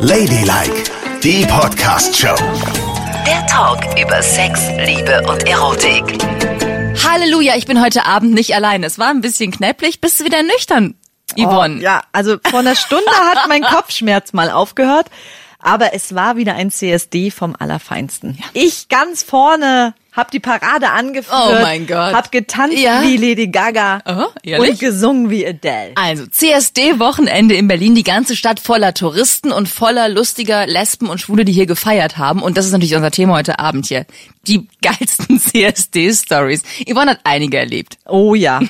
Ladylike, die Podcast-Show. Der Talk über Sex, Liebe und Erotik. Halleluja, ich bin heute Abend nicht allein. Es war ein bisschen knäpplich. Bist du wieder nüchtern, Yvonne? Oh, ja, also vor einer Stunde hat mein Kopfschmerz mal aufgehört. Aber es war wieder ein CSD vom Allerfeinsten. Ich ganz vorne hab die Parade angeführt. Oh mein Gott. Hab getanzt Ja. wie Lady Gaga. Oh, ehrlich? und gesungen wie Adele. Also CSD-Wochenende in Berlin, die ganze Stadt voller Touristen und voller lustiger Lesben und Schwule, die hier gefeiert haben. Und das ist natürlich unser Thema heute Abend hier. Die geilsten CSD-Stories. Yvonne hat einige erlebt. Oh ja.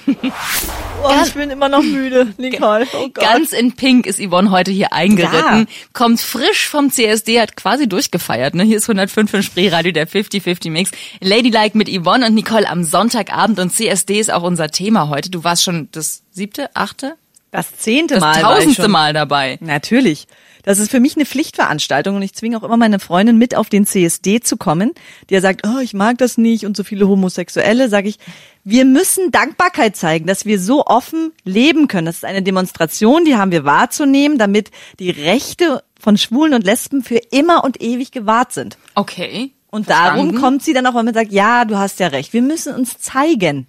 Oh, ich bin immer noch müde, Nicole. Oh Gott. Ganz in Pink ist Yvonne heute hier eingeritten. Ja. Kommt frisch vom CSD, hat quasi durchgefeiert. Ne? Hier ist 105 von Spreeradio, der 50-50-Mix. Ladylike mit Yvonne und Nicole am Sonntagabend. Und CSD ist auch unser Thema heute. Du warst schon das siebte, achte, das zehnte das Mal. war ich tausendste schon. Mal dabei. Natürlich. Das ist für mich eine Pflichtveranstaltung und ich zwinge auch immer meine Freundin mit auf den CSD zu kommen, die ja sagt, oh, ich mag das nicht und so viele Homosexuelle, sage ich, wir müssen Dankbarkeit zeigen, dass wir so offen leben können. Das ist eine Demonstration, die haben wir wahrzunehmen, damit die Rechte von Schwulen und Lesben für immer und ewig gewahrt sind. Okay. Und Verstanden. darum kommt sie dann auch immer und sagt, ja, du hast ja recht, wir müssen uns zeigen.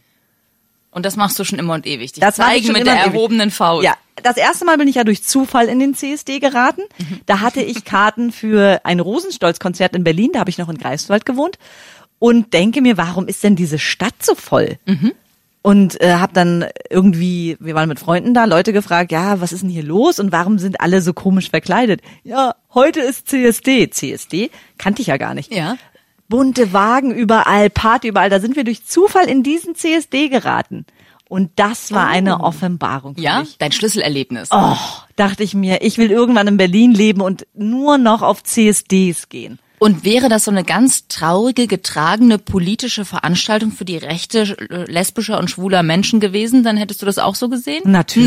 Und das machst du schon immer und ewig. Dich Das mache ich zeigen schon mit immer der ewig. erhobenen Faust. Ja, das erste Mal bin ich ja durch Zufall in den CSD geraten. Mhm. Da hatte ich Karten für ein Rosenstolz-Konzert in Berlin. Da habe ich noch in Greifswald gewohnt und denke mir, warum ist denn diese Stadt so voll? Mhm. Und äh, habe dann irgendwie, wir waren mit Freunden da, Leute gefragt, ja, was ist denn hier los und warum sind alle so komisch verkleidet? Ja, heute ist CSD. CSD kannte ich ja gar nicht. Ja. Bunte Wagen überall, Party überall. Da sind wir durch Zufall in diesen CSD geraten. Und das war eine Offenbarung. für Oh. Ja, mich. dein Schlüsselerlebnis. Oh, dachte ich mir, ich will irgendwann in Berlin leben und nur noch auf CSDs gehen. Und wäre das so eine ganz traurige, getragene politische Veranstaltung für die Rechte äh, lesbischer und schwuler Menschen gewesen, dann hättest du das auch so gesehen? Natürlich.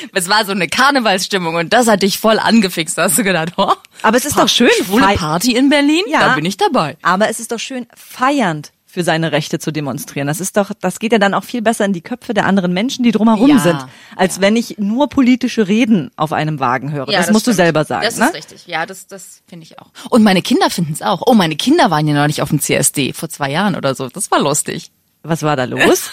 Nein. Es war so eine Karnevalsstimmung und das hat dich voll angefixt. Da hast du gedacht, oh, Aber es ist doch schön, schwule frei- Party in Berlin? Da bin ich dabei. Aber es ist doch schön, feiernd für seine Rechte zu demonstrieren. Das ist doch, das geht ja dann auch viel besser in die Köpfe der anderen Menschen, die drumherum Ja, sind, als wenn ich nur politische Reden auf einem Wagen höre. das, musst du selber sagen. Das ne? ist richtig. Ja, das, das finde ich auch. Und meine Kinder finden es auch. Oh, meine Kinder waren ja neulich auf dem CSD vor zwei Jahren oder so. Das war lustig. Was war da los?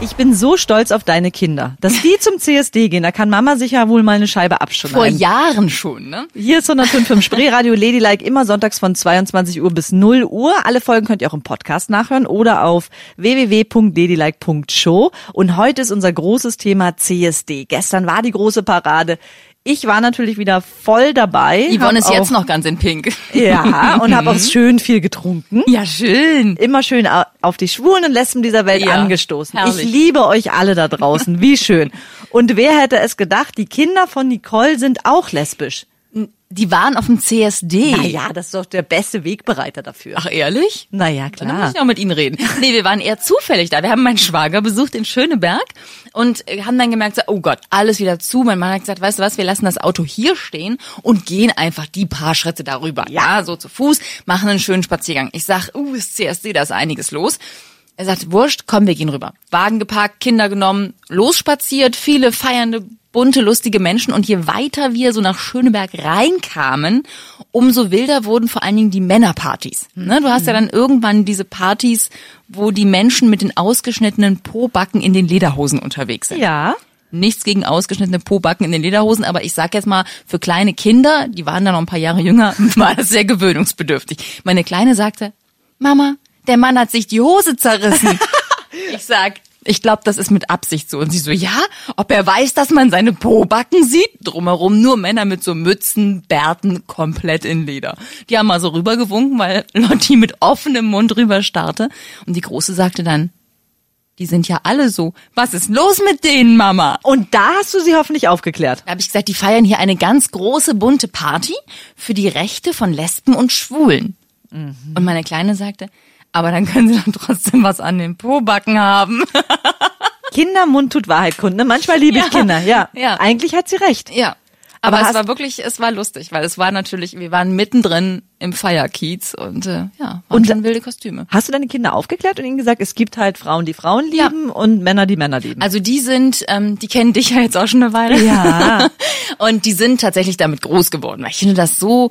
Ich bin so stolz auf deine Kinder, dass die zum CSD gehen. Da kann Mama sich ja wohl mal eine Scheibe abschneiden. Vor Jahren schon, ne? Hier ist 105 im Spreeradio Ladylike, immer sonntags von 22 Uhr bis 0 Uhr. Alle Folgen könnt ihr auch im Podcast nachhören oder auf www.ladylike.show. Und heute ist unser großes Thema CSD. Gestern war die große Parade. Ich war natürlich wieder voll dabei. Yvonne ist hab jetzt auch- noch ganz in Pink. Ja, und habe auch schön viel getrunken Ja, schön. immer schön au- auf die Schwulen und Lesben dieser Welt Ja, angestoßen. herrlich. Ich liebe euch alle da draußen. Wie schön. Und wer hätte es gedacht, die Kinder von Nicole sind auch lesbisch. Die waren auf dem CSD. Naja, das ist doch der beste Wegbereiter dafür. Ach, ehrlich? Naja, Dann muss klar. ich auch mit ihnen reden. Nee, wir waren eher zufällig da. Wir haben meinen Schwager besucht in Schöneberg und äh, haben dann gemerkt, so, oh Gott, alles wieder zu. Mein Mann hat gesagt, weißt du was, wir lassen das Auto hier stehen und gehen einfach die paar Schritte darüber. Ja, so zu Fuß, machen einen schönen Spaziergang. Ich sag, uh, ist CSD, da ist einiges los. Er sagt, wurscht, komm, wir gehen rüber. Wagen geparkt, Kinder genommen, losspaziert, viele feiernde, bunte, lustige Menschen. Und je weiter wir so nach Schöneberg reinkamen, umso wilder wurden vor allen Dingen die Männerpartys. Ne? Du hast ja dann irgendwann diese Partys, wo die Menschen mit den ausgeschnittenen Pobacken in den Lederhosen unterwegs sind. Ja. Nichts gegen ausgeschnittene Pobacken in den Lederhosen, aber ich sag jetzt mal, für kleine Kinder, die waren da noch ein paar Jahre jünger, war das sehr gewöhnungsbedürftig. Meine Kleine sagte, Mama, der Mann hat sich die Hose zerrissen. ich sag, ich glaube, das ist mit Absicht so. Und sie so, ja, ob er weiß, dass man seine Pobacken sieht? Drumherum nur Männer mit so Mützen, Bärten, komplett in Leder. Die haben mal so rübergewunken, weil Lotti mit offenem Mund rüber starrte. Und die Große sagte dann, die sind ja alle so. Was ist los mit denen, Mama? Und da hast du sie hoffentlich aufgeklärt. Da habe ich gesagt, die feiern hier eine ganz große bunte Party für die Rechte von Lesben und Schwulen. Und meine Kleine sagte, aber dann können sie dann trotzdem was an den Pobacken haben. Kindermund tut Wahrheit kund. Ne? Manchmal liebe ich Ja. Kinder. Ja. Ja. Eigentlich hat sie recht. ja. Aber, Aber es hast- war wirklich, es war lustig, weil es war natürlich, wir waren mittendrin im Feierkiez und äh, ja, waren Und- schon wilde Kostüme. Hast du deine Kinder aufgeklärt und ihnen gesagt, es gibt halt Frauen, die Frauen lieben und Männer, die Männer lieben? Also die sind, ähm, die kennen dich ja jetzt auch schon eine Weile. Ja. Und die sind tatsächlich damit groß geworden. Weil ich finde das so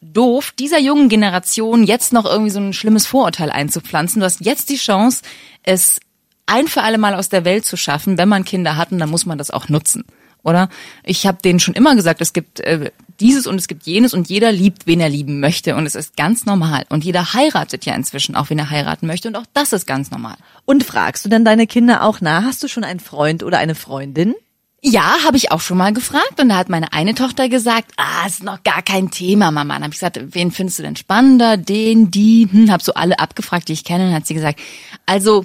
doof, dieser jungen Generation jetzt noch irgendwie so ein schlimmes Vorurteil einzupflanzen. Du hast jetzt die Chance, es ein für alle Mal aus der Welt zu schaffen. Wenn man Kinder hat, und dann muss man das auch nutzen. Oder? Ich habe denen schon immer gesagt, es gibt äh, dieses und es gibt jenes und jeder liebt, wen er lieben möchte. Und es ist ganz normal. Und jeder heiratet ja inzwischen auch, wen er heiraten möchte. Und auch das ist ganz normal. und fragst du dann deine Kinder auch nach, hast du schon einen Freund oder eine Freundin? Ja, habe ich auch schon mal gefragt und da hat meine eine Tochter gesagt, ah, ist noch gar kein Thema, Mama. Dann habe ich gesagt, wen findest du denn spannender, den, die, hm, habe so alle abgefragt, die ich kenne und hat sie gesagt, also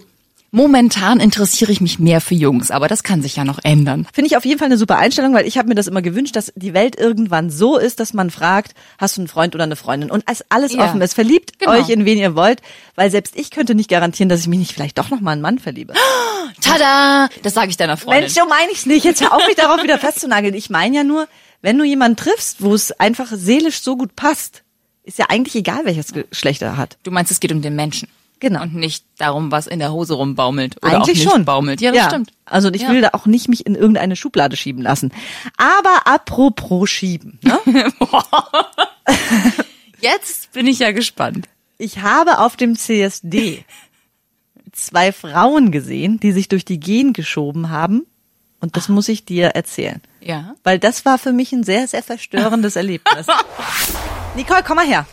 momentan interessiere ich mich mehr für Jungs, aber das kann sich ja noch ändern. Finde ich auf jeden Fall eine super Einstellung, weil ich habe mir das immer gewünscht, dass die Welt irgendwann so ist, dass man fragt, hast du einen Freund oder eine Freundin? Und als alles Ja. offen ist, verliebt Genau. euch in wen ihr wollt, weil selbst ich könnte nicht garantieren, dass ich mich nicht vielleicht doch nochmal einen Mann verliebe. Tada! Das sage ich deiner Oh, Freundin. Mensch, so meine ich's nicht. Jetzt hör auf, mich darauf wieder festzunageln. Ich meine ja nur, wenn du jemanden triffst, wo es einfach seelisch so gut passt, ist ja eigentlich egal, welches Geschlecht er hat. du meinst, es geht um den Menschen. Genau. Und nicht darum, was in der Hose rumbaumelt oder auch eigentlich nicht schon. baumelt. Ja, das stimmt. Also ich Ja. will da auch nicht mich in irgendeine Schublade schieben lassen. Aber apropos schieben. Ne? Jetzt bin ich ja gespannt. Ich habe auf dem CSD zwei Frauen gesehen, die sich durch die Gen geschoben haben. Und Ah. das muss ich dir erzählen. Ja. Weil das war für mich ein sehr, sehr verstörendes Erlebnis. Nicole, komm mal her.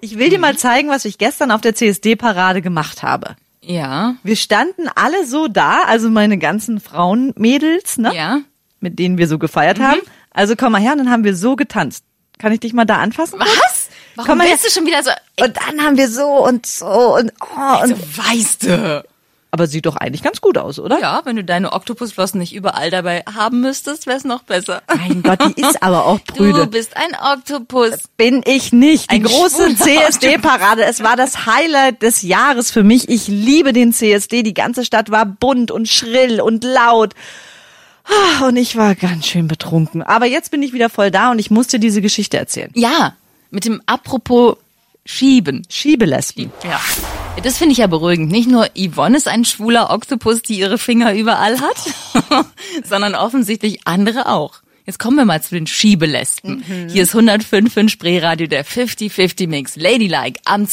Ich will dir Mhm. mal zeigen, was ich gestern auf der CSD-Parade gemacht habe. Ja. Wir standen alle so da, also meine ganzen Frauenmädels, ne? Ja. Mhm. Mit denen wir so gefeiert haben. Also komm mal her, und dann haben wir so getanzt. Kann ich dich mal da anfassen? Was? Warum Komm mal bist her. du schon wieder so... Und dann haben wir so und so und oh und. weißt du. Aber sieht doch eigentlich ganz gut aus, oder? Ja, wenn du deine Oktopusflossen nicht überall dabei haben müsstest, wär's noch besser. Mein Gott, die ist aber auch Du prüde. bist ein Oktopus. Bin ich nicht. Die Ein große schwuler CSD-Parade. Es war das Highlight des Jahres für mich. Ich liebe den CSD. Die ganze Stadt war bunt und schrill und laut. Ah, Und ich war ganz schön betrunken. Aber jetzt bin ich wieder voll da und ich musste diese Geschichte erzählen. Ja, mit dem Apropos Schieben. Schiebelesben. Ja. Das finde ich ja beruhigend. Nicht nur Yvonne ist ein schwuler Oktopus, die ihre Finger überall hat, sondern offensichtlich andere auch. Jetzt kommen wir mal zu den Schiebelespen. Hier ist 105 in Spreeradio der 50-50 Mix Ladylike am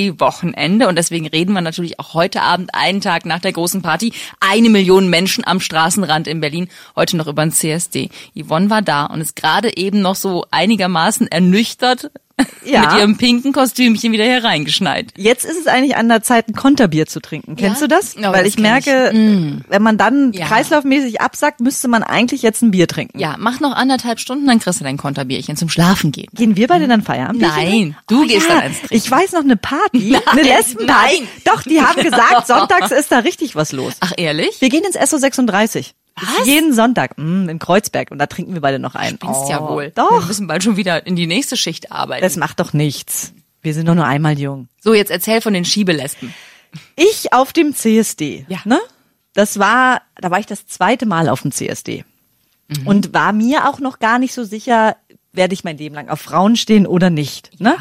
CSD-Wochenende. Und deswegen reden wir natürlich auch heute Abend, einen Tag nach der großen Party, eine Million Menschen am Straßenrand in Berlin, heute noch über den CSD. Yvonne war da und ist gerade eben noch so einigermaßen ernüchtert Ja. mit ihrem pinken Kostümchen wieder hier reingeschneit. Jetzt ist es eigentlich an der Zeit, ein Konterbier zu trinken. Kennst du das? Ja, Weil das ich Mm. kenn ich. merke, wenn man dann Ja. kreislaufmäßig absackt, müsste man eigentlich jetzt ein Bier trinken. Ja, mach noch anderthalb Stunden, dann kriegst du dein Konterbierchen zum Schlafen gehen. Gehen wir beide dann Feierabend? Hm. Nein, du gehst dann ins Trinken. Ich weiß noch eine Party, eine Lesbenparty. nein. Doch, die haben gesagt, sonntags ist da richtig was los. Ach, ehrlich? Wir gehen ins SO36. Was? Jeden Sonntag mm, in Kreuzberg und da trinken wir beide noch einen. Du bist ja wohl. Wir Oh, Doch, müssen bald schon wieder in die nächste Schicht arbeiten. das macht doch nichts. Wir sind doch nur einmal jung. so, jetzt erzähl von den Schiebelespen. Ich auf dem CSD. Ja. Ne? Das war, da war ich das zweite Mal auf dem CSD. Und war mir auch noch gar nicht so sicher, werde ich mein Leben lang auf Frauen stehen oder nicht. Ne?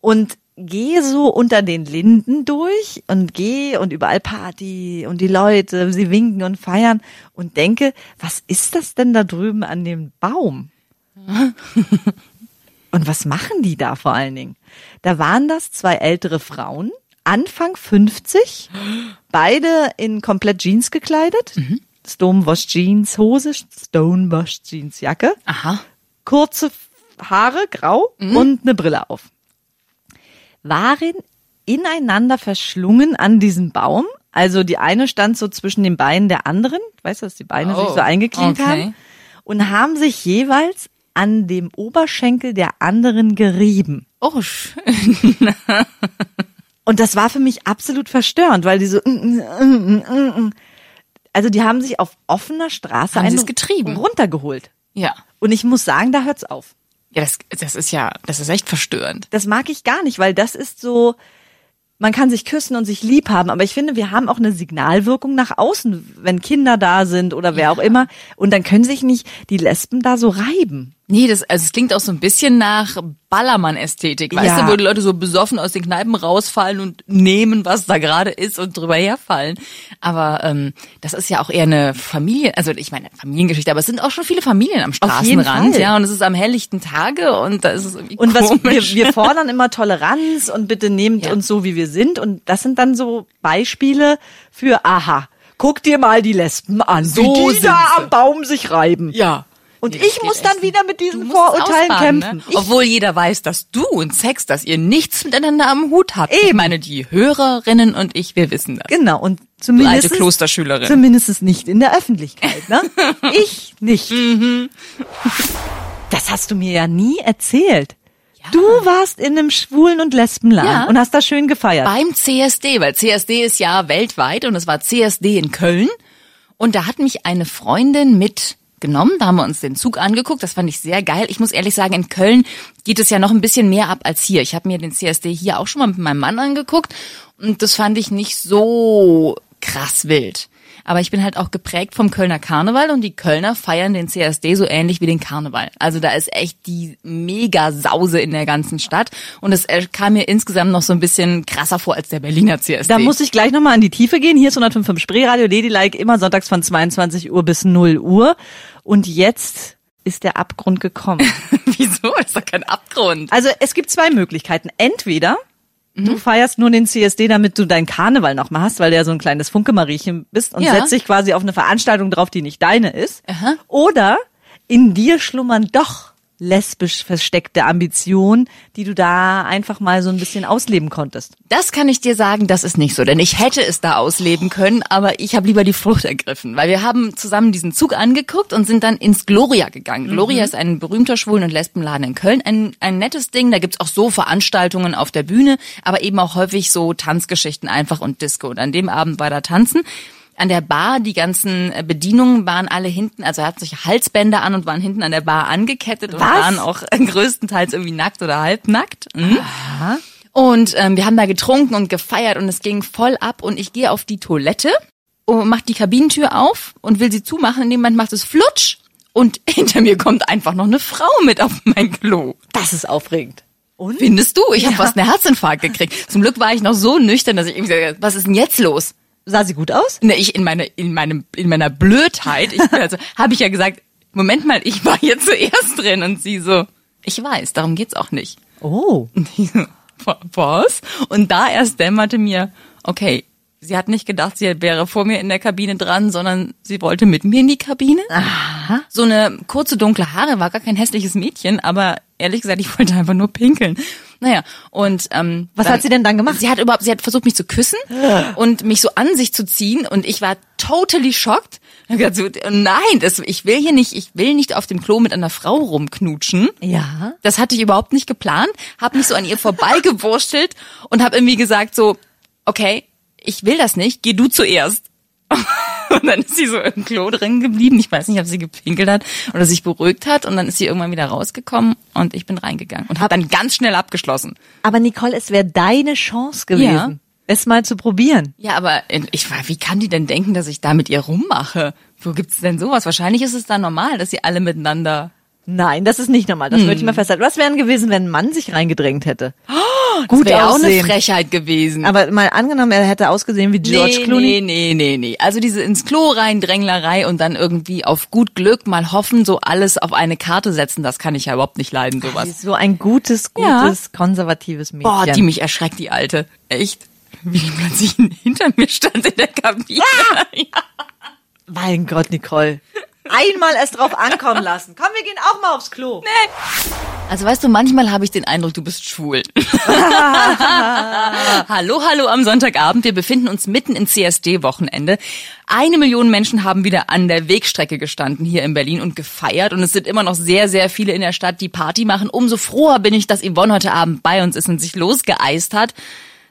Und gehe so unter den Linden durch und gehe und überall Party und die Leute, sie winken und feiern und denke, was ist das denn da drüben an dem Baum? Und was machen die da vor allen Dingen? Da waren das zwei ältere Frauen, Anfang 50, beide in komplett Jeans gekleidet. Stonewash Jeans Hose, Stonewash Jeans Jacke, Aha. kurze Haare, grau Mhm. und eine Brille auf. Waren ineinander verschlungen an diesem Baum. Also die eine stand so zwischen den Beinen der anderen, weißt du, dass die Beine Oh, sich so eingeklinkt okay. haben und haben sich jeweils an dem Oberschenkel der anderen gerieben. Oh, schön. Und das war für mich absolut verstörend, weil die so. mm, Also die haben sich auf offener Straße Haben sie einen es getrieben? runtergeholt. Ja. Und ich muss sagen, da hört's auf. Ja, das, das ist ja, das ist echt verstörend. Das mag ich gar nicht, weil das ist so. Man kann sich küssen und sich lieb haben, aber ich finde, wir haben auch eine Signalwirkung nach außen, wenn Kinder da sind oder wer auch immer. Und dann können sich nicht die Lesben da so reiben. Nee, das, also es klingt auch so ein bisschen nach Ballermann-Ästhetik, weißt Ja. du, wo die Leute so besoffen aus den Kneipen rausfallen und nehmen, was da gerade ist und drüber herfallen. Aber ähm, das ist ja auch eher eine Familie, also ich meine Familiengeschichte, aber es sind auch schon viele Familien am Auf jeden Straßenrand, Fall. ja, und es ist am helllichten Tage und da ist es irgendwie Und was wir, komisch. wir fordern immer Toleranz und bitte nehmt Ja. uns so, wie wir sind. Und das sind dann so Beispiele für, aha, guck dir mal die Lesben an, So wie die sind da sie. am Baum sich reiben. ja. Und Nee, das ich geht muss echt dann nicht. wieder mit Du diesen musst Vorurteilen ausbaden, kämpfen. Ne? Obwohl jeder weiß, dass du und Sex, dass ihr nichts miteinander am Hut habt. Ich meine, die Hörerinnen und ich, wir wissen das. Genau, und zumindest. Klosterschülerin. Zumindest nicht in der Öffentlichkeit, ne? ich nicht. Mhm. das hast du mir ja nie erzählt. Du warst in einem Schwulen- und Lesbenladen Ja. und hast da schön gefeiert. Beim CSD, weil CSD ist ja weltweit und es war CSD in Köln. Und da hat mich eine Freundin mitgenommen. Da haben wir uns den Zug angeguckt. Das fand ich sehr geil. Ich muss ehrlich sagen, in Köln geht es ja noch ein bisschen mehr ab als hier. Ich habe mir den CSD hier auch schon mal mit meinem Mann angeguckt und das fand ich nicht so krass wild. Aber ich bin halt auch geprägt vom Kölner Karneval und die Kölner feiern den CSD so ähnlich wie den Karneval. Also da ist echt die Mega-Sause in der ganzen Stadt und es äh, kam mir insgesamt noch so ein bisschen krasser vor als der Berliner CSD. Da muss ich gleich nochmal in die Tiefe gehen. Hier ist 105.5 Spreeradio, Ladylike, immer sonntags von 22 Uhr bis 0 Uhr. Und jetzt ist der Abgrund gekommen. Wieso? Das ist doch kein Abgrund. Also es gibt zwei Möglichkeiten. Entweder du feierst nur den CSD, damit du deinen Karneval noch mal hast, weil du ja so ein kleines Funkemariechen bist und Ja. setzt dich quasi auf eine Veranstaltung drauf, die nicht deine ist. Oder in dir schlummern doch lesbisch versteckte Ambitionen, die du da einfach mal so ein bisschen ausleben konntest. Das kann ich dir sagen, das ist nicht so, denn ich hätte es da ausleben können, aber ich habe lieber die Flucht ergriffen, weil wir haben zusammen diesen Zug angeguckt und sind dann ins Gloria gegangen. Gloria ist ein berühmter Schwulen- und Lesbenladen in Köln, ein, ein nettes Ding, da gibt's auch so Veranstaltungen auf der Bühne, aber eben auch häufig so Tanzgeschichten einfach und Disco und an dem Abend war da Tanzen. An der Bar, die ganzen äh, Bedienungen waren alle hinten, also hatten solche Halsbänder an und waren hinten an der Bar angekettet und Was? waren auch äh, größtenteils irgendwie nackt oder halbnackt. Mhm. Und ähm, wir haben da getrunken und gefeiert und es ging voll ab und ich gehe auf die Toilette und mach die Kabinentür auf und will sie zumachen. In dem Moment macht es flutsch und hinter mir kommt einfach noch eine Frau mit auf mein Klo. Das ist aufregend. Und? Findest du? Ich habe fast einen Herzinfarkt gekriegt. Zum Glück war ich noch so nüchtern, dass ich irgendwie gesagt habe, was ist denn jetzt los? Sah sie gut aus? Ne, ich in meiner in meinem in meiner Blödheit, ich bin also, habe ich ja gesagt, Moment mal, ich war hier zuerst drin und sie so, ich weiß, darum geht's auch nicht. Oh. Und ich so, "Wa- Was? Und da erst dämmerte mir, okay, sie hat nicht gedacht, sie wäre vor mir in der Kabine dran, sondern sie wollte mit mir in die Kabine. Aha. So eine kurze dunkle Haare war gar kein hässliches Mädchen, aber ehrlich gesagt, ich wollte einfach nur pinkeln. Naja, und ähm, Was hat sie denn dann gemacht? Ah. Sie hat überhaupt, sie hat versucht, mich zu küssen und mich so an sich zu ziehen und ich war totally shocked. Ich hab gedacht, so, nein, das, ich will hier nicht, ich will nicht auf dem Klo mit einer Frau rumknutschen. Ja. Das hatte ich überhaupt nicht geplant, habe mich so an ihr vorbeigewurschtelt und habe irgendwie gesagt so, okay, ich will das nicht, geh du zuerst. Und dann ist sie so im Klo drin geblieben. Ich weiß nicht, ob sie gepinkelt hat oder sich beruhigt hat. Und dann ist sie irgendwann wieder rausgekommen und ich bin reingegangen und habe dann ganz schnell abgeschlossen. Aber Nicole, es wäre deine Chance gewesen, Ja. es mal zu probieren. Ja, aber ich war, wie kann die denn denken, dass ich da mit ihr rummache? Wo gibt's denn sowas? Wahrscheinlich ist es dann normal, dass sie alle miteinander. Nein, das ist nicht normal. Das Hm. würde ich mal festhalten. Was wären gewesen, wenn ein Mann sich reingedrängt hätte? Oh, Das Gut wäre auch eine aussehen. Frechheit gewesen. Aber mal angenommen, er hätte ausgesehen wie George nee, Clooney. Nee, nee, nee, nee. Also diese ins Klo rein Dränglerei und dann irgendwie auf gut Glück mal hoffen, so alles auf eine Karte setzen, das kann ich ja überhaupt nicht leiden, Sie sowas. ist so ein gutes, Ja. gutes, konservatives Mädchen. Boah, die mich erschreckt, die Alte. Echt? Wie die plötzlich hinter mir stand in der Kabine. Ah! Ja. mein Gott, Nicole. Einmal es drauf ankommen lassen. Komm, wir gehen auch mal aufs Klo. Also weißt du, manchmal habe ich den Eindruck, du bist schwul. hallo, hallo am Sonntagabend. Wir befinden uns mitten im CSD-Wochenende. Eine Million Menschen haben wieder an der Wegstrecke gestanden hier in Berlin und gefeiert. Und es sind immer noch sehr, sehr viele in der Stadt, die Party machen. Umso froher bin ich, dass Yvonne heute Abend bei uns ist und sich losgeeist hat.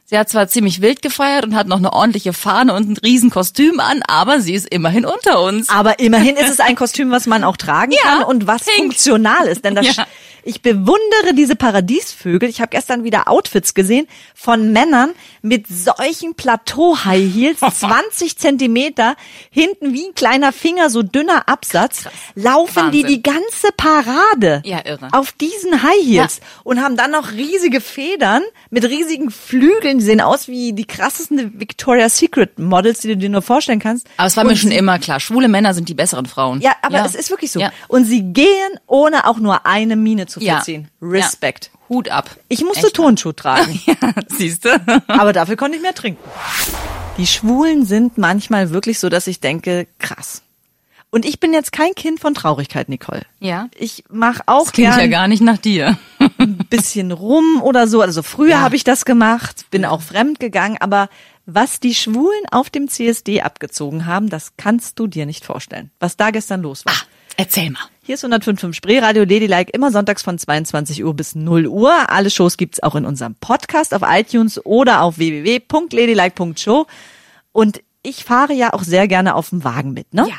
Sie hat zwar ziemlich wild gefeiert und hat noch eine ordentliche Fahne und ein Riesenkostüm an, aber sie ist immerhin unter uns. Ah, Aber immerhin ist es ein Kostüm, was man auch tragen Ja, kann und was pink. funktional ist. Denn das, Ja. Ich bewundere diese Paradiesvögel. Ich habe gestern wieder Outfits gesehen von Männern mit solchen Plateau-High Heels, 20 Zentimeter, hinten wie ein kleiner Finger, so dünner Absatz, laufen die Wahnsinn. die ganze Parade Ja, irre. auf diesen High Heels und haben dann noch riesige Federn mit riesigen Flügeln. Die sehen aus wie die krassesten Victoria's Secret Models, die du dir nur vorstellen kannst. Aber es war mir Und schon sie- immer klar, schwule Männer sind die besseren Frauen. Ja, aber es ist wirklich so. Ja. Und sie gehen, ohne auch nur eine Miene zu Ja. verziehen. Respekt. Ja. Hut ab. Ich musste Echt. Turnschuh tragen, Ja, siehst du? aber dafür konnte ich mehr trinken. Die Schwulen sind manchmal wirklich so, dass ich denke, krass. Und ich bin jetzt kein Kind von Traurigkeit, Nicole. Ja. Ich mache auch Das klingt ja gern gar nicht nach dir. ein bisschen rum oder so. Also früher Ja. habe ich das gemacht, bin auch fremd gegangen, aber was die Schwulen auf dem CSD abgezogen haben, das kannst du dir nicht vorstellen. Was da gestern los Ah, war. Erzähl mal. Hier ist 105.5 Spreeradio Ladylike, immer sonntags von 22 Uhr bis 0 Uhr. Alle Shows gibt's auch in unserem Podcast auf iTunes oder auf www.ladylike.show. Und ich fahre ja auch sehr gerne auf dem Wagen mit, ne? Ja.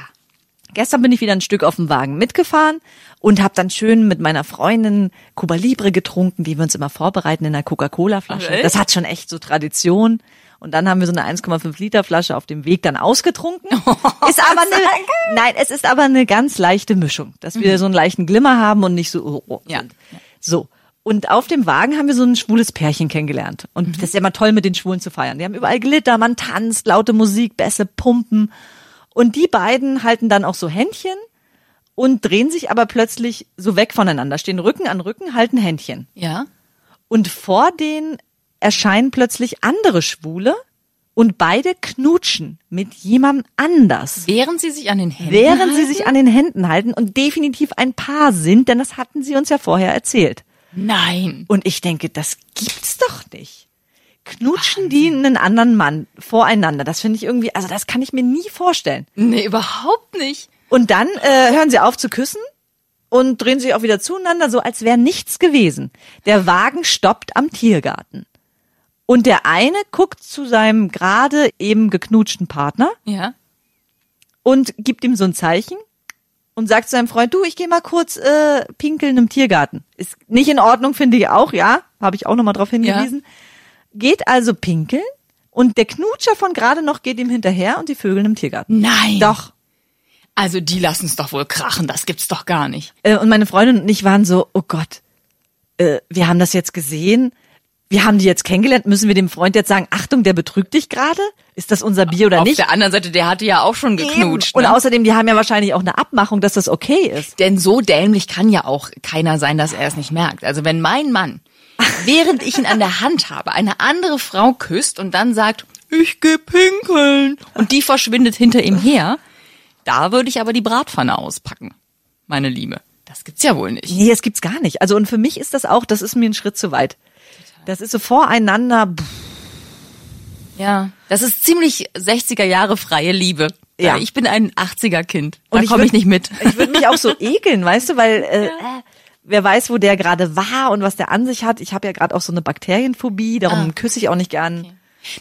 Gestern bin ich wieder ein Stück auf dem Wagen mitgefahren und habe dann schön mit meiner Freundin Cuba Libre getrunken, die wir uns immer vorbereiten in einer Ach, Coca-Cola-Flasche. echt? Das hat schon echt so Tradition. Und dann haben wir so eine 1,5 Liter Flasche auf dem Weg dann ausgetrunken. Ist aber eine, nein, es ist aber eine ganz leichte Mischung, dass wir so einen leichten Glimmer haben und nicht so oh, oh, Ja. sind. So. Und auf dem Wagen haben wir so ein schwules Pärchen kennengelernt. Und das ist ja immer toll, mit den Schwulen zu feiern. Die haben überall Glitter, man tanzt, laute Musik, Bässe, Pumpen. Und die beiden halten dann auch so Händchen und drehen sich aber plötzlich so weg voneinander, stehen Rücken an Rücken, halten Händchen. Ja. Und vor denen erscheinen plötzlich andere Schwule und beide knutschen mit jemandem anders. Während sie sich an den Händen. Während sie sich an den Händen halten und definitiv ein Paar sind, denn das hatten sie uns ja vorher erzählt. Nein. Und ich denke, das gibt's doch nicht. Knutschen die einen anderen Mann voreinander? Das finde ich irgendwie, also das kann ich mir nie vorstellen. Nee, überhaupt nicht. Und dann äh, hören sie auf zu küssen und drehen sich auch wieder zueinander, so als wäre nichts gewesen. Der Wagen stoppt am Tiergarten. Und der eine guckt zu seinem gerade eben geknutschten Partner Ja. und gibt ihm so ein Zeichen und sagt zu seinem Freund, du, ich gehe mal kurz äh, pinkeln im Tiergarten. Ist nicht in Ordnung, finde ich auch, ja. Habe ich auch nochmal drauf hingewiesen. Geht also pinkeln und der Knutscher von gerade noch geht ihm hinterher und die Vögel im Tiergarten. Nein. Doch. Also die lassen es doch wohl krachen. Das gibt's doch gar nicht. Äh, und meine Freundin und ich waren so, oh Gott, äh, wir haben das jetzt gesehen, wir haben die jetzt kennengelernt, müssen wir dem Freund jetzt sagen, Achtung, der betrügt dich gerade? Ist das unser Bier oder Auf nicht? der anderen Seite, der hatte ja auch schon geknutscht. Und ne? außerdem, die haben ja wahrscheinlich auch eine Abmachung, dass das okay ist. Denn so dämlich kann ja auch keiner sein, dass er es nicht merkt. Also wenn mein Mann, während ich ihn an der Hand habe, eine andere Frau küsst und dann sagt, ich geh pinkeln und die verschwindet hinter ihm her, da würde ich aber die Bratpfanne auspacken, meine Liebe. Das gibt's ja wohl nicht. Nee, das gibt's gar nicht. Also und für mich ist das auch, das ist mir ein Schritt zu weit. Das ist so voreinander. pff, Ja, das ist ziemlich 60er Jahre freie Liebe. Ja. Ich bin ein 80er Kind. Da Und komme ich würd- nicht mit. Ich würde mich auch so ekeln, weißt du, weil äh, äh, wer weiß, wo der gerade war und was der an sich hat. Ich habe ja gerade auch so eine Bakterienphobie, Ah. darum küsse ich auch nicht gern.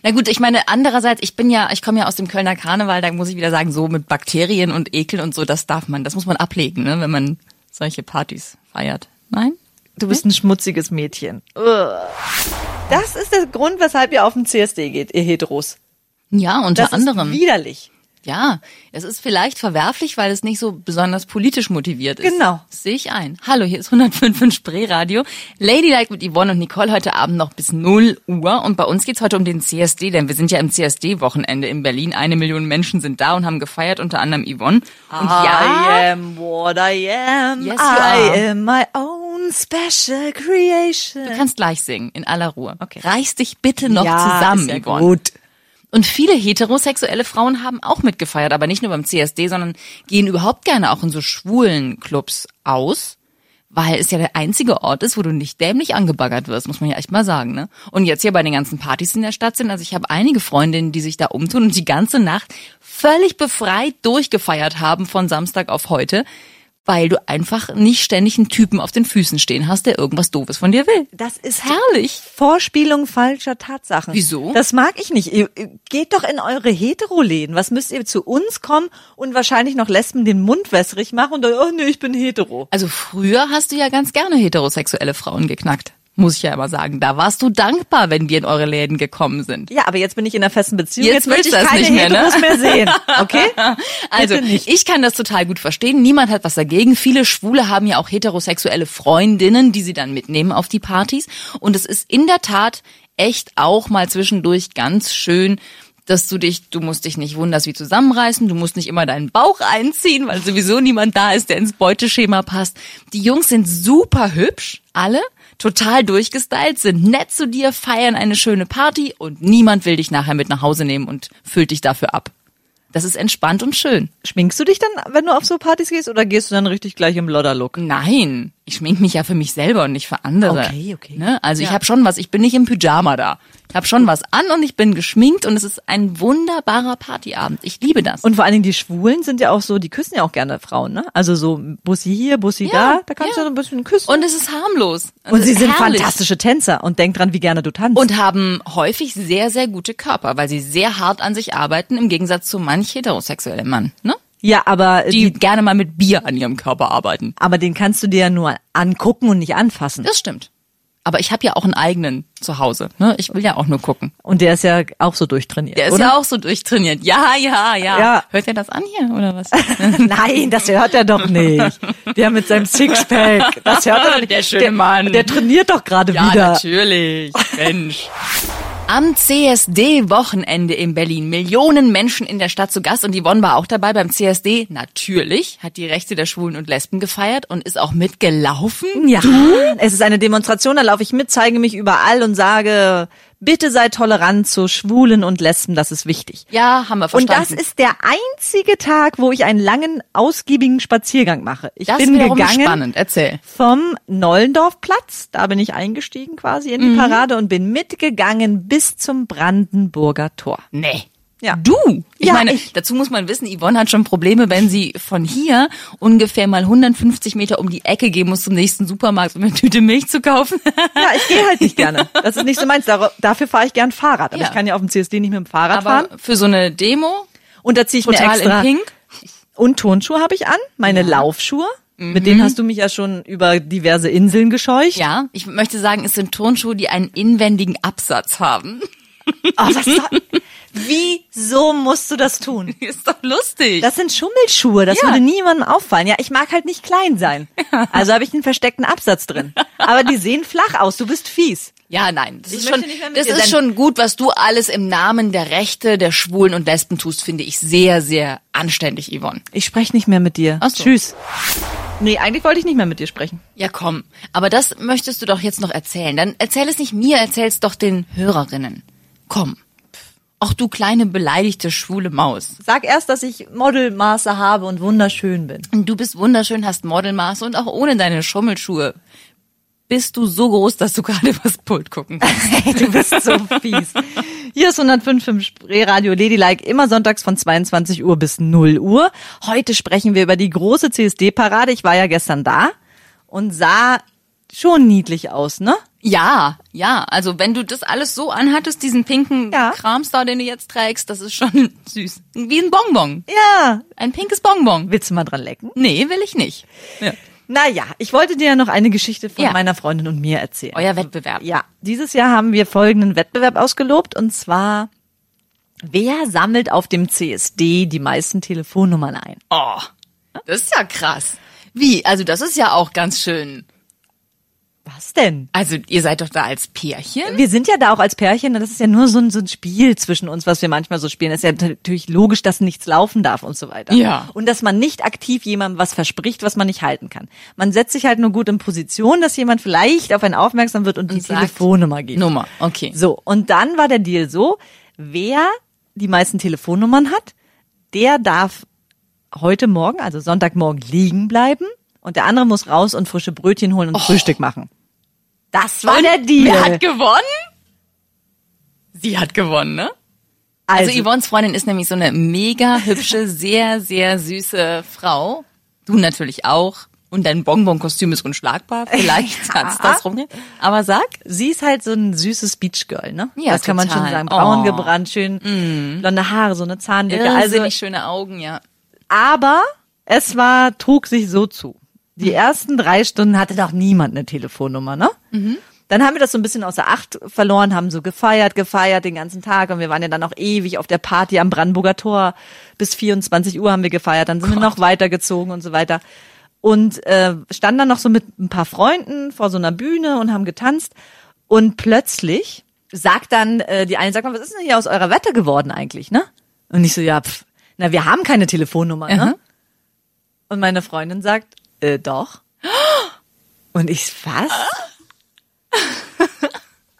Na gut, ich meine, andererseits, ich bin ja, ich komme ja aus dem Kölner Karneval, da muss ich wieder sagen, so mit Bakterien und Ekel und so, das darf man, das muss man ablegen, ne, wenn man solche Partys feiert. Nein? Du bist Hm? ein schmutziges Mädchen. Ugh. Das ist der Grund, weshalb ihr auf den CSD geht, ihr Heteros. Ja, unter Das anderem. ist widerlich. ja, es ist vielleicht verwerflich, weil es nicht so besonders politisch motiviert ist. Genau. Das sehe ich ein. Hallo, hier ist 105 in Spreeradio. Ladylike mit Yvonne und Nicole heute Abend noch bis 0 Uhr. Und bei uns geht's heute um den CSD, denn wir sind ja im CSD-Wochenende in Berlin. Eine Million Menschen sind da und haben gefeiert, unter anderem Yvonne. Und Ah, ja, I am what I am. Yes, you I are. am my own special creation. Du kannst gleich singen, in aller Ruhe. Äh. Okay. Reiß dich bitte noch zusammen, ist ja Yvonne. Gut. Und viele heterosexuelle Frauen haben auch mitgefeiert, aber nicht nur beim CSD, sondern gehen überhaupt gerne auch in so schwulen Clubs aus, weil es ja der einzige Ort ist, wo du nicht dämlich angebaggert wirst, muss man ja echt mal sagen, ne? Und jetzt hier bei den ganzen Partys die in der Stadt sind, also ich habe einige Freundinnen, die sich da umtun und die ganze Nacht völlig befreit durchgefeiert haben von Samstag auf heute, weil du einfach nicht ständig einen Typen auf den Füßen stehen hast, der irgendwas Doofes von dir will. Das ist herrlich. Vorspielung falscher Tatsachen. Wieso? Das mag ich nicht. Ihr, ihr geht doch in eure Heteroläden. Was müsst ihr zu uns kommen und wahrscheinlich noch Lesben den Mund wässrig machen und dann, oh nee, ich bin hetero. Also früher hast du ja ganz gerne heterosexuelle Frauen geknackt. Muss ich ja immer sagen. Da warst du dankbar, wenn wir in eure Läden gekommen sind. Ja, aber jetzt bin ich in einer festen Beziehung. Jetzt möchte ich willst du das keine nicht mehr, ne? Heteros mehr sehen. Okay? Also, Bitte nicht. ich kann das total gut verstehen. Niemand hat was dagegen. Viele Schwule haben ja auch heterosexuelle Freundinnen, die sie dann mitnehmen auf die Partys. Und es ist in der Tat echt auch mal zwischendurch ganz schön, dass du dich, du musst dich nicht wunders wie zusammenreißen, du musst nicht immer deinen Bauch einziehen, weil sowieso niemand da ist, der ins Beuteschema passt. Die Jungs sind super hübsch, alle, total durchgestylt, sind nett zu dir, feiern eine schöne Party und niemand will dich nachher mit nach Hause nehmen und füllt dich dafür ab. Das ist entspannt und schön. Schminkst du dich dann, wenn du auf so Partys gehst oder gehst du dann richtig gleich im Lodderlook? Nein, ich schmink mich ja für mich selber und nicht für andere. Okay, okay. Ne? Also ich habe schon was, ich bin nicht im Pyjama da. Ich habe schon was an und ich bin geschminkt und es ist ein wunderbarer Partyabend. Ich liebe das. Und vor allen Dingen die Schwulen sind ja auch so, die küssen ja auch gerne Frauen, ne? Also so Bussi hier, Bussi da, da kannst ja. du so ein bisschen küssen. Und es ist harmlos. Es Und sie ist sind herrlich. fantastische Tänzer und denk dran, wie gerne du tanzt. Und haben häufig sehr, sehr gute Körper, weil sie sehr hart an sich arbeiten, im Gegensatz zu manch heterosexuellen Mann, ne? ja, aber Die die, gerne mal mit Bier an ihrem Körper arbeiten. aber den kannst du dir ja nur angucken und nicht anfassen. Das stimmt. Aber ich habe ja auch einen eigenen zu Hause. Ne? Ich will ja auch nur gucken. Und der ist ja auch so durchtrainiert, Der ist oder? ja auch so durchtrainiert. Ja, ja, ja. Ja. Hört ihr das an hier oder was? Nein, das hört er doch nicht. Der mit seinem Sixpack, das hört er doch nicht. Der schöne Mann. Der trainiert doch gerade ja, wieder. natürlich. Mensch. Am CSD-Wochenende in Berlin. Millionen Menschen in der Stadt zu Gast und Yvonne war auch dabei beim CSD. Natürlich hat die Rechte der Schwulen und Lesben gefeiert und ist auch mitgelaufen. Ja, es ist eine Demonstration, da laufe ich mit, zeige mich überall und sage, bitte sei tolerant zu Schwulen und Lesben, das ist wichtig. Ja, haben wir Und verstanden. das ist der einzige Tag, wo ich einen langen, ausgiebigen Spaziergang mache. Ich das bin wiederum gegangen ist spannend. Erzähl. vom Nollendorfplatz, da bin ich eingestiegen quasi Mhm. in die Parade und bin mitgegangen bis zum Brandenburger Tor. Nee. Ja. Du? Ich Ja, meine, ich. dazu muss man wissen, Yvonne hat schon Probleme, wenn sie von hier ungefähr mal 150 Meter um die Ecke gehen muss zum nächsten Supermarkt, um eine Tüte Milch zu kaufen. Ja, ich gehe halt nicht gerne. Das ist nicht so meins. Dar- Dafür fahre ich gern Fahrrad. Aber Ja. ich kann ja auf dem CSD nicht mit dem Fahrrad fahren. Aber für so eine Demo Und da ziehe ich mir total extra in Pink. Und Turnschuhe habe ich an, meine Laufschuhe. Mit denen hast du mich ja schon über diverse Inseln gescheucht. Mhm. Ja, ich möchte sagen, es sind Turnschuhe, die einen inwendigen Absatz haben. Oh, was soll- Wieso musst du das tun? Ist doch lustig. Das sind Schummelschuhe, das Ja. würde niemandem auffallen. Ja, ich mag halt nicht klein sein. Also habe ich einen versteckten Absatz drin. Aber die sehen flach aus, du bist fies. ja, nein, das ist möchte schon, nicht mehr mit das dir ist sein. schon gut, was du alles im Namen der Rechte der Schwulen und Lesben tust, finde ich sehr, sehr anständig, Yvonne. Ich spreche nicht mehr mit dir. Ach so. Tschüss. Nee, eigentlich wollte ich nicht mehr mit dir sprechen. Ja, komm. Aber das möchtest du doch jetzt noch erzählen. Dann erzähl es nicht mir, erzähl es doch den Hörerinnen. Komm. Ach, du kleine beleidigte schwule Maus. Sag erst, dass ich Modelmaße habe und wunderschön bin. Und Du bist wunderschön, hast Modelmaße und auch ohne deine Schummelschuhe bist du so groß, dass du gerade übers Pult gucken kannst. Hey, du bist so fies. Hier ist 105.5 Spreeradio Ladylike, immer sonntags von 22 Uhr bis 0 Uhr. Heute sprechen wir über die große CSD-Parade. Ich war ja gestern da und sah schon niedlich aus, ne? Ja, ja. Also wenn du das alles so anhattest, diesen pinken Ja. Krams da, den du jetzt trägst, das ist schon süß. Wie ein Bonbon. Ja. Ein pinkes Bonbon. Willst du mal dran lecken? Nee, will ich nicht. Ja. Naja, ich wollte dir ja noch eine Geschichte von Ja. Oh meiner Freundin und mir erzählen. Euer Wettbewerb. Ja, dieses Jahr haben wir folgenden Wettbewerb ausgelobt und zwar, wer sammelt auf dem CSD die meisten Telefonnummern ein? Oh, das ist ja krass. Wie? Also das ist ja auch ganz schön. Was denn? Also ihr seid doch da als Pärchen? Wir sind ja da auch als Pärchen, das ist ja nur so ein, so ein Spiel zwischen uns, was wir manchmal so spielen. Es ist ja natürlich logisch, dass nichts laufen darf und so weiter. Ja. Und dass man nicht aktiv jemandem was verspricht, was man nicht halten kann. Man setzt sich halt nur gut in Position, dass jemand vielleicht auf einen aufmerksam wird und, die sagt, Telefonnummer gibt. Nummer, okay. So, und dann war der Deal so, wer die meisten Telefonnummern hat, der darf heute Morgen, also Sonntagmorgen, liegen bleiben und der andere muss raus und frische Brötchen holen und Frühstück machen. Das war Und der Deal. Wer hat gewonnen? Sie hat gewonnen, ne? Also Also, Yvonnes Freundin ist nämlich so eine mega hübsche, sehr, sehr süße Frau. Du natürlich auch. Und dein Bonbon-Kostüm ist unschlagbar. Vielleicht hat's das rum. Aber sag. Sie ist halt so ein süßes Beachgirl, ne? Ja, das kann man schon total. sagen. Braun Oh. Mm. gebrannt, schön blonde Haare, so eine Zahnlücke. Irrsinnig also, schöne Augen, ja. aber es war trug sich so zu. Die ersten drei Stunden hatte doch niemand eine Telefonnummer, ne? Dann haben wir das so ein bisschen außer Acht verloren, haben so gefeiert, gefeiert den ganzen Tag und wir waren ja dann auch ewig auf der Party am Brandenburger Tor. Bis 24 Uhr haben wir gefeiert, dann sind wir noch weitergezogen und so weiter. Und äh, standen dann noch so mit ein paar Freunden vor so einer Bühne und haben getanzt. Und plötzlich sagt dann äh, die eine, sagt mal, was ist denn hier aus eurer Wette geworden eigentlich, ne? Und ich so, ja, pf, na, wir haben keine Telefonnummer, ne? Und meine Freundin sagt, äh, doch. Und ich, was?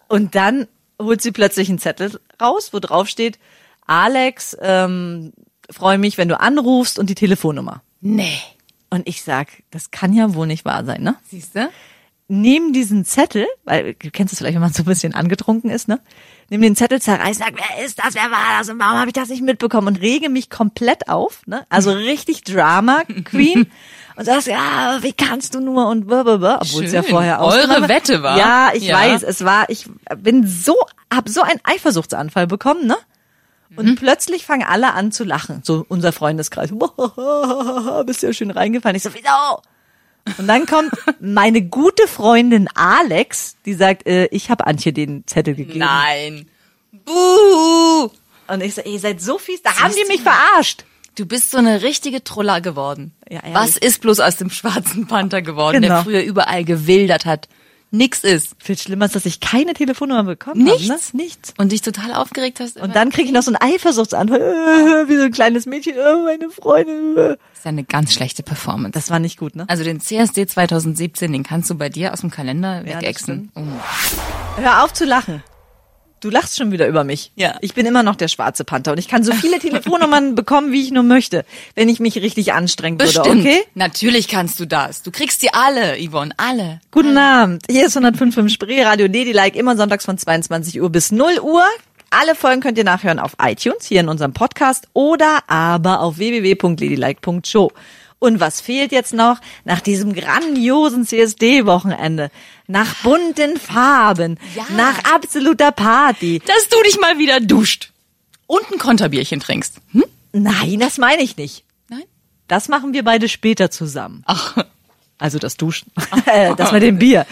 Und dann holt sie plötzlich einen Zettel raus, wo drauf steht, Alex, ähm, freue mich, wenn du anrufst und die Telefonnummer. Nee. Und ich sag, das kann ja wohl nicht wahr sein, ne? Siehst du? Nehmen diesen Zettel, weil du kennst es vielleicht, wenn man so ein bisschen angetrunken ist, ne? Nimm den Zettel, zerreiß, sag, wer ist das, wer war das und warum habe ich das nicht mitbekommen und rege mich komplett auf, ne? Also richtig Drama Queen und sagst, ja, wie kannst du nur und blablabla, obwohl es ja Schön. vorher Eure ausgenommen war. Wette war. Ja, ich Ja. weiß, es war, ich bin so, hab so einen Eifersuchtsanfall bekommen, ne? Und plötzlich fangen alle an zu lachen. So unser Freundeskreis. Bist ja schön reingefallen. Ich so, wieso? Und dann kommt meine gute Freundin Alex, die sagt, äh, ich habe Antje den Zettel gegeben. Nein. Buh. Und ich so, ihr seid so fies, da haben die mich verarscht. Du bist so eine richtige Troller geworden. Ja, ehrlich. Was ist bloß aus dem schwarzen Panther geworden, Genau. der früher überall gewildert hat? Nix ist. Viel schlimmer ist, dass ich keine Telefonnummer bekommen habe. Nichts. Ne? Nichts. Und dich total aufgeregt hast. Und dann kriege ich noch so einen Eifersuchtsanfall, äh, wie so ein kleines Mädchen, äh, meine Freundin. Äh. Das ist ja eine ganz schlechte Performance. Das war nicht gut, ne? also den CSD 2017, den kannst du bei dir aus dem Kalender Ja, das wegexen. Oh. Hör auf zu lachen. Du lachst schon wieder über mich. Ja. Ich bin immer noch der schwarze Panther und ich kann so viele Telefonnummern bekommen, wie ich nur möchte, wenn ich mich richtig anstrengen würde, Bestimmt. okay? Natürlich kannst du das. Du kriegst die alle, Yvonne, alle. Guten Abend. Hier ist 105 im Spree, Radio Ladylike, immer sonntags von 22 Uhr bis 0 Uhr. Alle Folgen könnt ihr nachhören auf iTunes, hier in unserem Podcast oder aber auf www.ladylike.show. Und was fehlt jetzt noch? Nach diesem grandiosen CSD-Wochenende, nach bunten Farben, Ja. nach absoluter Party. Dass du dich mal wieder duscht und ein Konterbierchen trinkst. Hm? Nein, das meine ich nicht. Nein? Das machen wir beide später zusammen. Ach, Also das Duschen. Äh, das mit dem Bier.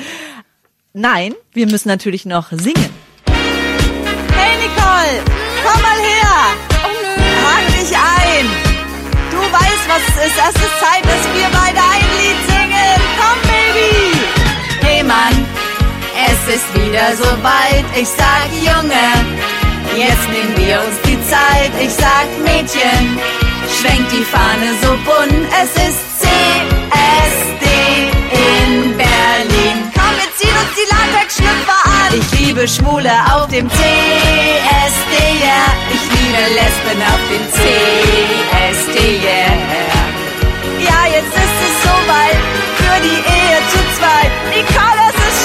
Nein, wir müssen natürlich noch singen. Hey Nicole, komm mal her. Hag dich ein. Du weißt, was es ist. Es ist Zeit, dass wir beide ein Lied singen. Komm, Baby. Hey Mann, es ist wieder soweit. Ich sag Junge, jetzt nehmen wir uns die Zeit. Ich sag Mädchen, schwenkt die Fahne so bunt. Es ist CSD in Berlin. Komm, wir ziehen uns die Latex-Schlüpfer an. Ich liebe Schwule auf dem CSD, yeah. Ich liebe Lesben auf dem CSD, yeah. Ja, jetzt ist es soweit für die Ehe zu zweit. Nicole, es ist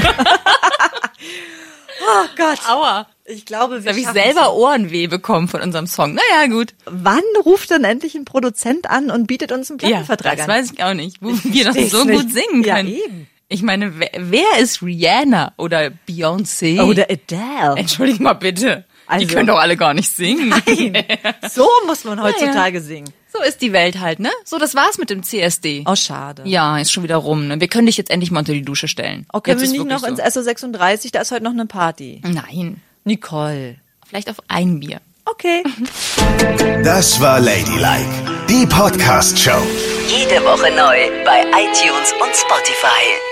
schön, dass alle gleich sind. oh Gott. aua. Ich glaube, Da wir habe ich schaffen selber Ohrenweh bekommen von unserem Song. Naja, gut. Wann ruft dann endlich ein Produzent an und bietet uns einen Plattenvertrag das an? weiß ich auch nicht, wo wir noch versteh's so nicht. gut singen Ja, können. eben. Ich meine, wer, wer ist Rihanna oder Beyoncé? Oder Adele. Entschuldigung mal bitte. Oh, Also- Die können doch alle gar nicht singen. Nein. So muss man heutzutage singen. So ist die Welt halt, ne? So, das war's mit dem CSD. Oh, schade. Ja, ist schon wieder rum. Ne? Wir können dich jetzt endlich mal unter die Dusche stellen. Oh, können jetzt wir ist nicht noch wirklich ins SO36? Da ist heute noch eine Party. so. Nein, Nicole. vielleicht auf ein Bier. Okay. Das war Ladylike, die Podcast-Show. Jede Woche neu bei iTunes und Spotify.